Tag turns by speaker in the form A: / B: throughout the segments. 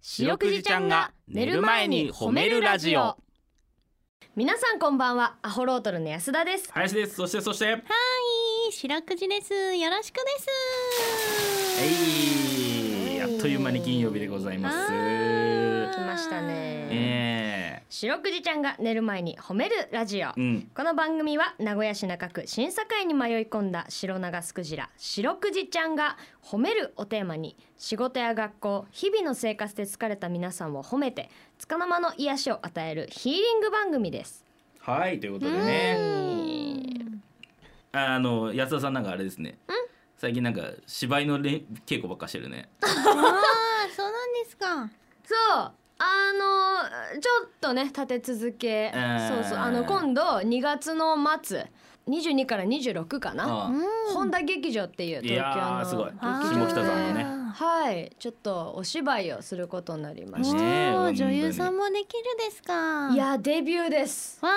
A: 白くじちゃんが寝る前に褒めるラジオ
B: 皆さんこんばんはアホロートルの安田です
A: 林ですそしてそしてはい
C: 白くじです。よろしくです。
A: いあっという間に金曜日でございます
C: は
B: 来ましたね
A: え
B: 白くじちゃんが寝る前に褒めるラジオ
A: えうん
B: この番組は名古屋市中区審査会に迷い込んだ白長スクジラ白くじちゃんが褒めるおテーマに仕事や学校日々の生活で疲れた皆さんを褒めて束の間の癒しを与えるヒーリング番組です
A: はいということで
C: う
A: ね
C: ん
A: あの安田さんなんかあれですね最近なんか芝居のれん稽古ばっかしてるね
C: ああ、そうなんですか。
B: そうあのちょっとね立て続け
A: ー
B: そうそうあの今度2月の末22から26かな
A: あ
C: う
A: あ
C: ん
B: 本田劇場っていう
A: い
B: 東京の
A: やーすごい
C: あー
A: 下北沢のね
B: はいちょっとお芝居をすることになりまし
A: ねえ
C: お
A: 本当に
C: ー女優さんもできるですか。
B: たいやーデビューです
C: わあ、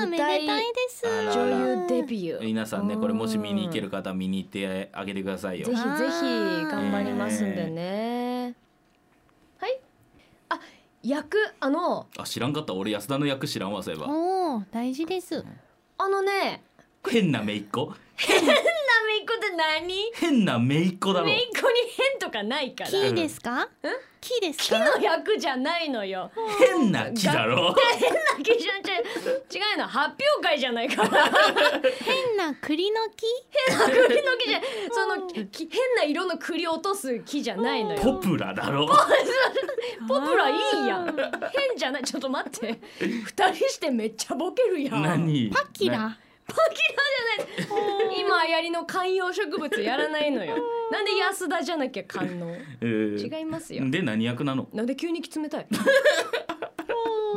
B: 舞
C: めで
B: 台
C: たいです。
A: あら
B: 女優デビュー
A: 皆さんねこれもし見に行ける方は見に行ってあげてくださいよ
B: ぜひぜひ
C: あー
B: 頑張りますんでねはいあ役あの
A: あ知らんかった俺安田の役知らんわそういえば
C: おお、大事です。
B: あのね
A: 変な姪っ子
B: なめいっ子って何
A: 変な姪っ子だろ
B: めいっ子に変とかないから
C: キーですか。キーです
B: 木
C: か。
B: の役じゃないのよ。
A: 変な木だろ
B: 木じゃちゃ違うの発表会じゃない から。
C: 変な栗の木。
B: 栗の木じゃそのき変な色の栗落とす木じゃないの
A: ポ
B: よ。
A: プラだろ
B: ポプラいいや
C: あ
B: ん。
C: ーパ
B: 変じゃないちょっと待って。二人してめっちゃボケるやん。
A: 何
C: キ
A: な
C: ラ。
B: 今流行りの観葉植物やらないのよ。なんで安田じゃなきゃ観音。
A: えー
B: 違いますよ。
A: で何役なの
B: なんで急に冷 たい。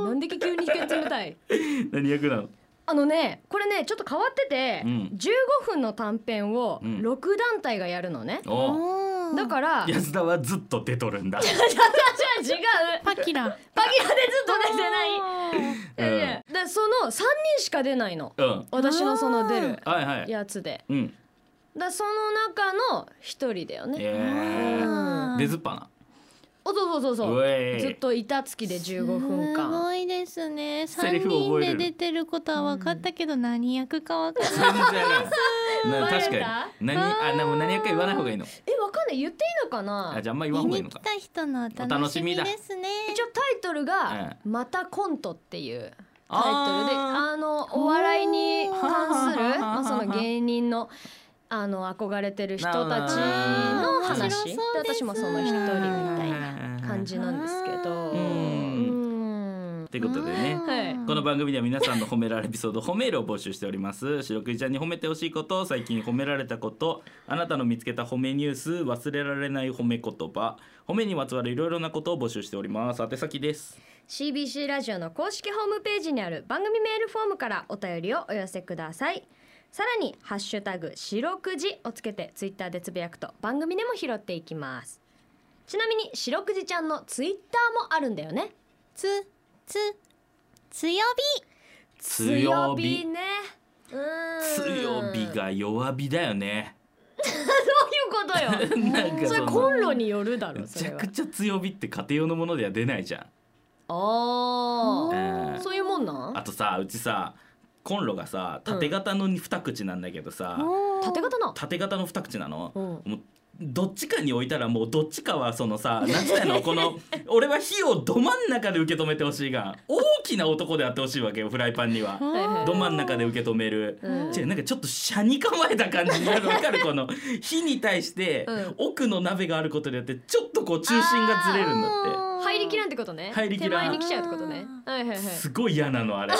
B: なんで急に冷たい。
A: 何役なの
B: あのねこれねちょっと変わってて、
A: うん
B: 15分の短編を
A: うん
B: 6団体がやるのね、
A: お
C: おお。。
B: だからら違う違う違う
A: 安田はずっと出とる んだ
C: パキラ。
B: パキラでずっと出てない
A: う
B: い
A: ん
B: やいやでその3人しか出ないの
A: うん
B: 私のその出る
A: はいはい
B: やつで
A: うん
B: だその中の一人だよね
A: え
B: ー
C: あー
A: 出ずっぱな
B: おそうそうそう
A: う
B: そ
A: え
B: う
A: い
B: ずっと板付きで15分
C: す
B: 間
C: ごいですね。
A: セ
C: 三
A: リフ
C: 人
A: 覚えれ
C: で
A: る
C: 出てることは分かったけど、何役か分かんない。
A: 全然ないな
B: バレた
A: 確かに何あでも何役か言わない方がいいの
B: えわかんない言っていいのかな
A: あじゃああんま言わん
C: 見
A: 方がいい
C: に
A: の
C: 来
A: か
C: た人のお楽しみですね。
B: 一応タイトルが「またコント」っていうタイトルで
A: あ
B: あのお笑いに関する
A: は ははは
B: まあその芸人のあの憧れてる人たちの
A: なるほど面白
B: 話
C: そう
B: で
C: です
B: 私もその一人みたいな感じなんですけど。
A: う
B: うんん
A: ってことでね
C: うん
B: はい
A: この番組では皆さんの褒められエピソード褒めるを募集しております白くじちゃんに褒めてほしいこと最近褒められたことあなたの見つけた褒めニュース忘れられない褒め言葉褒めにまつわるいろいろなことを募集しております宛先です
B: CBC ラジオの公式ホームページにある番組メールフォームからお便りをお寄せくださいさらに「ハッシュタグ白くじ」をつけてツイッターでつぶやくと番組でも拾っていきますちなみに白くじちゃんのツイッターもあるんだよね
C: つつ強火
A: 強火
B: ねうー
A: 強
B: ん
A: 火が弱火だよね
B: どういうことよ
A: なんか
B: それ
A: そ
B: コ
A: の
B: ンロによるだろ
A: め
B: そ
A: ちゃ
B: れは
A: くちゃ強火って家庭用のものでは出ないじゃん
B: あ
C: お
B: ー
A: ー
B: そういうもんなん
A: あとさうちさコンロがさ縦型の二口なんだけどさ、
B: 縦型な
A: 縦型の二口なの、
B: う
A: もうどっちかに置いたらもうどっちかはそ のさ何つうのこの俺は火をど真ん中で受け止めてほしいが大きな男であってほしいわけよフライパンに
B: は
A: は
B: いはい
A: ど真ん中で受け止める。
B: うん
A: 違うなんかちょっと車に構えた感じになるわ かるこの火に対して
B: うん
A: 奥の鍋があることによってちょっとこう中心がずれるんだっ
B: 入りきら
C: ん
B: んってことね
A: 入りきらん
B: 手前に来ちゃうってことねはいはいはい
A: てすごい嫌な のあれ。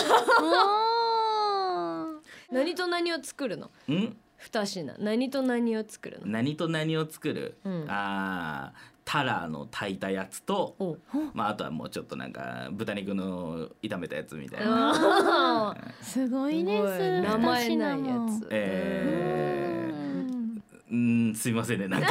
B: 何と何を作るの
A: ん
B: 二品何と何を作るの
A: 何と何を作る、
B: うん
A: あータラの炊いたやつと、
B: お
A: まあ、あとはもうちょっとなんか豚肉の炒めたやつみたいな。
B: あ
C: すごいですす
B: ご名前ないやつ
A: えー
C: うん
A: うんすいませんねなんか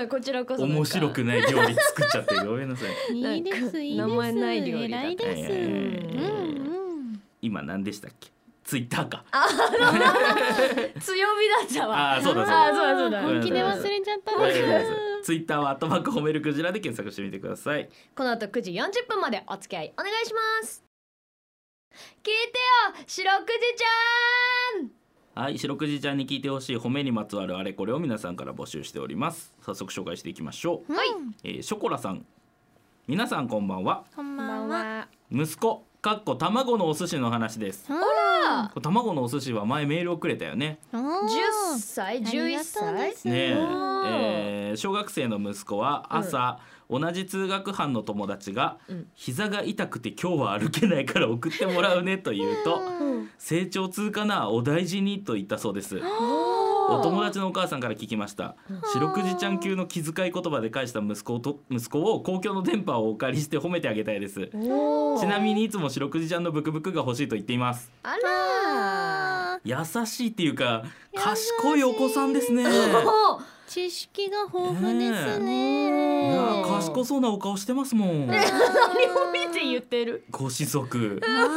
B: うんこちらこそなんか
A: 面白くない料理作っちゃってごめんなさい
C: いいですいい
B: 名前
C: です
B: ない料理だ
C: 偉いです
A: え
C: うん
A: ー
C: うん
A: 今何でしたっけツイッターか
B: 強火だったわ
A: あーそうだそう
B: あー
A: だ
B: そうだそうだ
C: 本気で忘れちゃった
A: ごめんなさい
C: です
A: ツイッターはアットマーク褒めるクジラで検索してみてください
B: この後9時40分までお付き合いお願いします聞いてよ白くじちゃん
A: はい白くじちゃんに聞いてほしい褒めにまつわるあれこれを皆さんから募集しております早速紹介していきましょう、
B: はい
A: えーショコラさん皆さんこんばんは
C: こんばんは。
A: 息子かっこ卵のお寿司の話です
C: ほ
B: ら
A: これ卵のお寿司は前メールをくれたよね
C: お
B: 10
C: ー
B: 歳
C: あり
B: 11
C: がとう
B: 歳
C: です
A: ね
B: お
A: ええー小学生の息子は朝、同じ通学班の友達が、
B: うん
A: 膝が痛くて今日は歩けないから送ってもらうねと言うと
C: うん
A: 成長痛かなお大事にと言ったそうです
B: お
A: お友達のお母さんから聞きました白くじちゃん級の気遣い言葉で返した息子と息子を公共の電波をお借りして褒めてあげたいです
B: お
A: ちなみにいつも白くじちゃんのブクブクが欲しいと言っています
B: あら
A: 優しいっていうか賢いお子さんです ねいや
B: おー
C: 知識が豊富です
A: ね
C: ね。
A: ー賢そうなお顔してますも ん
B: 何を見て言ってる
A: ご子息
C: あ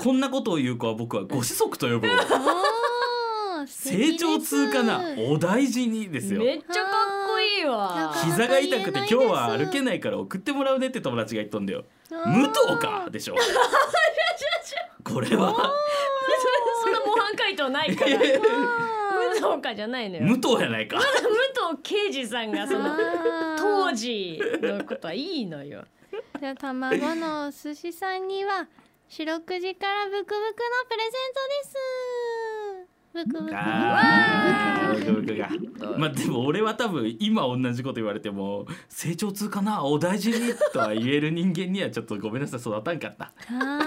C: ー
A: こんなことを言う子は僕はご子息と呼ぶ
C: おー素敵
A: 成
C: です
A: 長痛かなお大事にですよ
B: めっちゃかっこいいわ
C: あー
A: 膝が痛くて今日は歩けないから送ってもらうねって友達が言ったんだよ武藤かでしょこれは
B: そんな模範解答ないから武藤かじゃないのよ
A: 武藤やないか
B: 武藤敬司さんがその当時のことはいいのよ
C: じゃあ卵のお寿司さんには白くじからブクブクのプレゼントです。ブクブク。
A: あーブクブクがまあでも俺は多分今同じこと言われても成長痛かなお大事にとは言える人間にはちょっとごめんなさい育たんかった
C: あ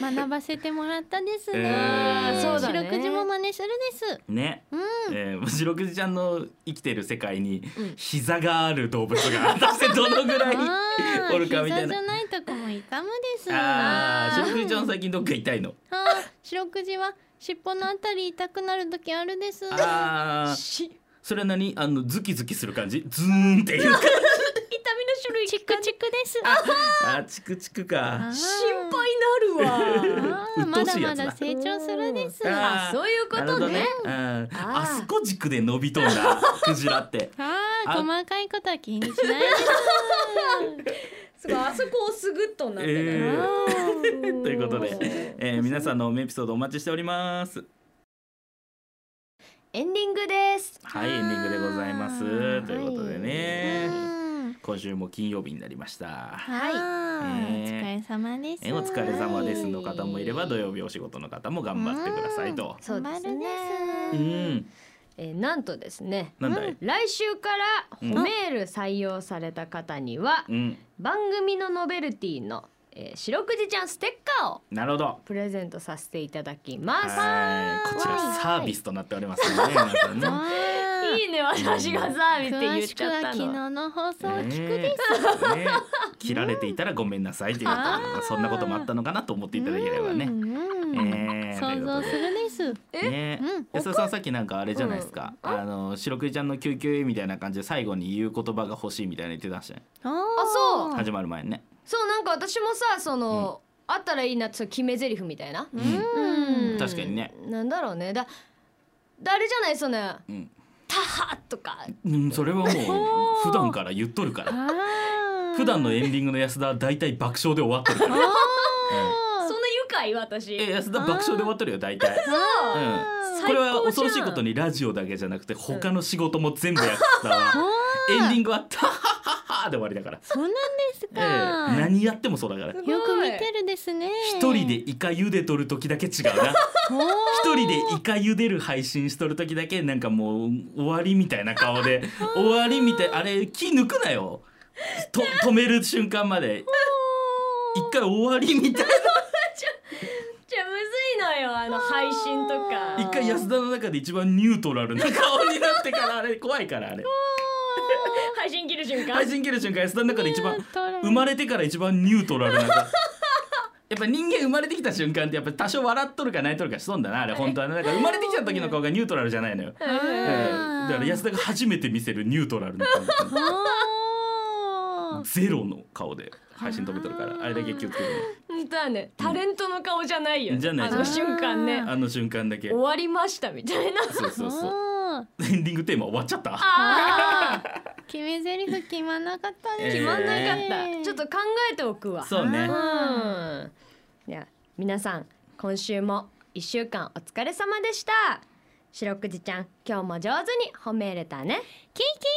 C: ー学ばせてもらったですね。
A: えーそう
B: だね
C: 白くじも真似するです。
A: ね、
C: う
A: えー、白くじちゃんの生きてる世界に
B: うん
A: 膝がある動物が果たしてどのぐらい
C: あ
A: お
C: ー
A: るかみたいな
C: 膝じゃないとこも痛むです。
A: あー白くじちゃん最近どっか痛いの
C: あー白くじは尻尾のあたり痛くなる時あるです。
A: あー
B: し痛
A: それは何あのズキズキする感じズーンっていう
B: み
A: か
B: の種類
C: チクチクです。
A: あーチクチクか
C: あー
B: 心配になるわ
C: あーま
A: 鬱陶し
C: だ
A: いや
C: ま
A: つだ
C: だ成長するです。
A: あー
B: あそういうこ
A: なるほ
B: と
A: ど
B: ね
A: ねうん
B: ー
A: あそこ軸で伸びとんだクジラって
C: あ
A: あ
C: あ細かいことは気にしないです。
B: すごいあそこをすぐっとなって
A: え
B: る
A: ー
B: と
A: ということで、えー、皆さんのメエピソードお待ちしております
B: エンディングです
A: はいエンディングでございます
C: はい
A: ということで
C: う
A: ね
C: ん
A: 今週も金曜日になりました
B: はい
C: あーお疲
A: ね
C: れ様です。
A: えお疲れ様ですの方もいれば土曜日お仕事の方も頑張ってくださいと。
B: そうですね
A: う
C: 頑張るです
A: ん、
B: えーなんとですね
A: なんだい、
B: 来週から
A: うん
B: 褒めール採用された方には
A: うん、
B: 番組のノベルティの、えー、白くじちゃんステッカーを
A: なるほど。
B: プレゼントさせていただきます
A: はい、こちらサービスとなっておりますね。皆さんね
C: わー
B: いいね私がサービスって言っ
C: 詳し
B: ち
C: く
B: ゃっ
C: は
B: た
C: 昨
B: の
C: 日の放送を聞く
A: ねえね切られていたらごめんなさいということで
C: あー
A: そんなこともあったのかなと思っていただければね。
C: うん
A: えーとい
C: 想
A: うこと
C: 像
A: です
C: るです。
A: ね
C: うん
A: 安田さんさっきなんかあれじゃないですか、あの白くじちゃんの救急医みたいな感じで最後に言う言葉が欲しいみたいな言ってたし、ね、
C: あ
B: そう
C: ー
A: 始まる前にね、
B: そうなんか私もさその、あったらいいなってそう決め台詞みたいな、
A: うん
C: うん
A: 確かにね
B: なんだろうねだ誰じゃないその「
A: うん
B: タハ!」とか
A: うん、そ れはもう普段から言っとるから
C: あー
A: 普段のエンディングの安田は大体爆笑で終わってるから、
C: あ
B: そんな
C: ー
B: 愉快私
A: え安田爆笑で終わってるよ大体、
B: う
A: うん、これは恐ろしいことにラジオだけじゃなくて他の仕事も全部やった
C: あ
A: わ
C: ー
A: エンディングは「タハハハ」で終わりだから、
C: そうなんです
A: え
C: か。
A: え何やってもそうだから
B: すごい
C: よく見てるですね。
A: 一人でイカ茹でとる時だけ違うな
C: おー。
A: 一人でイカ茹でる配信しとる時だけなんかもう終わりみたいな顔で終わりみたいあれ気抜くなよと止める瞬間まで一回終わりみたい
B: じゃあむずいのよあの配信とか
A: な一回安田の中で一番ニュートラルな顔になってからあれ怖いからあ れ
B: 配信切る瞬間
A: 配信切る瞬間安田の中で一番生
C: 生
A: まれてから一番ニュートラルな 顔やっぱ人間生まれてきた瞬間ってやっぱ多少笑っとるか泣いとるかしとんだなあれ本当はねなんか生まれてきた時の顔がニュートラルじゃないのよ
B: うん
A: えーだから安田が初めて見せるニュートラルの顔 ゼロの顔で配信止めてるからあれだけ気をつけてね
B: 本当はねタレントの顔じゃないよね、
A: じゃな
B: あ
A: いじゃない
B: の瞬間ね
A: あの瞬間だけ
B: 終わりましたみたいな
A: そうそうそう
C: あ
A: エンディングテーマ終わっちゃっ た
B: ああ
C: ー決め台詞決まんなかったね
A: えー
B: 決まんなかった、
C: えー
B: ちょっと考えておくわ
A: そうね
B: うんでは皆さん今週も一週間お疲れ様でした白くじちゃん今日も上手に褒め入れたね
C: キンキン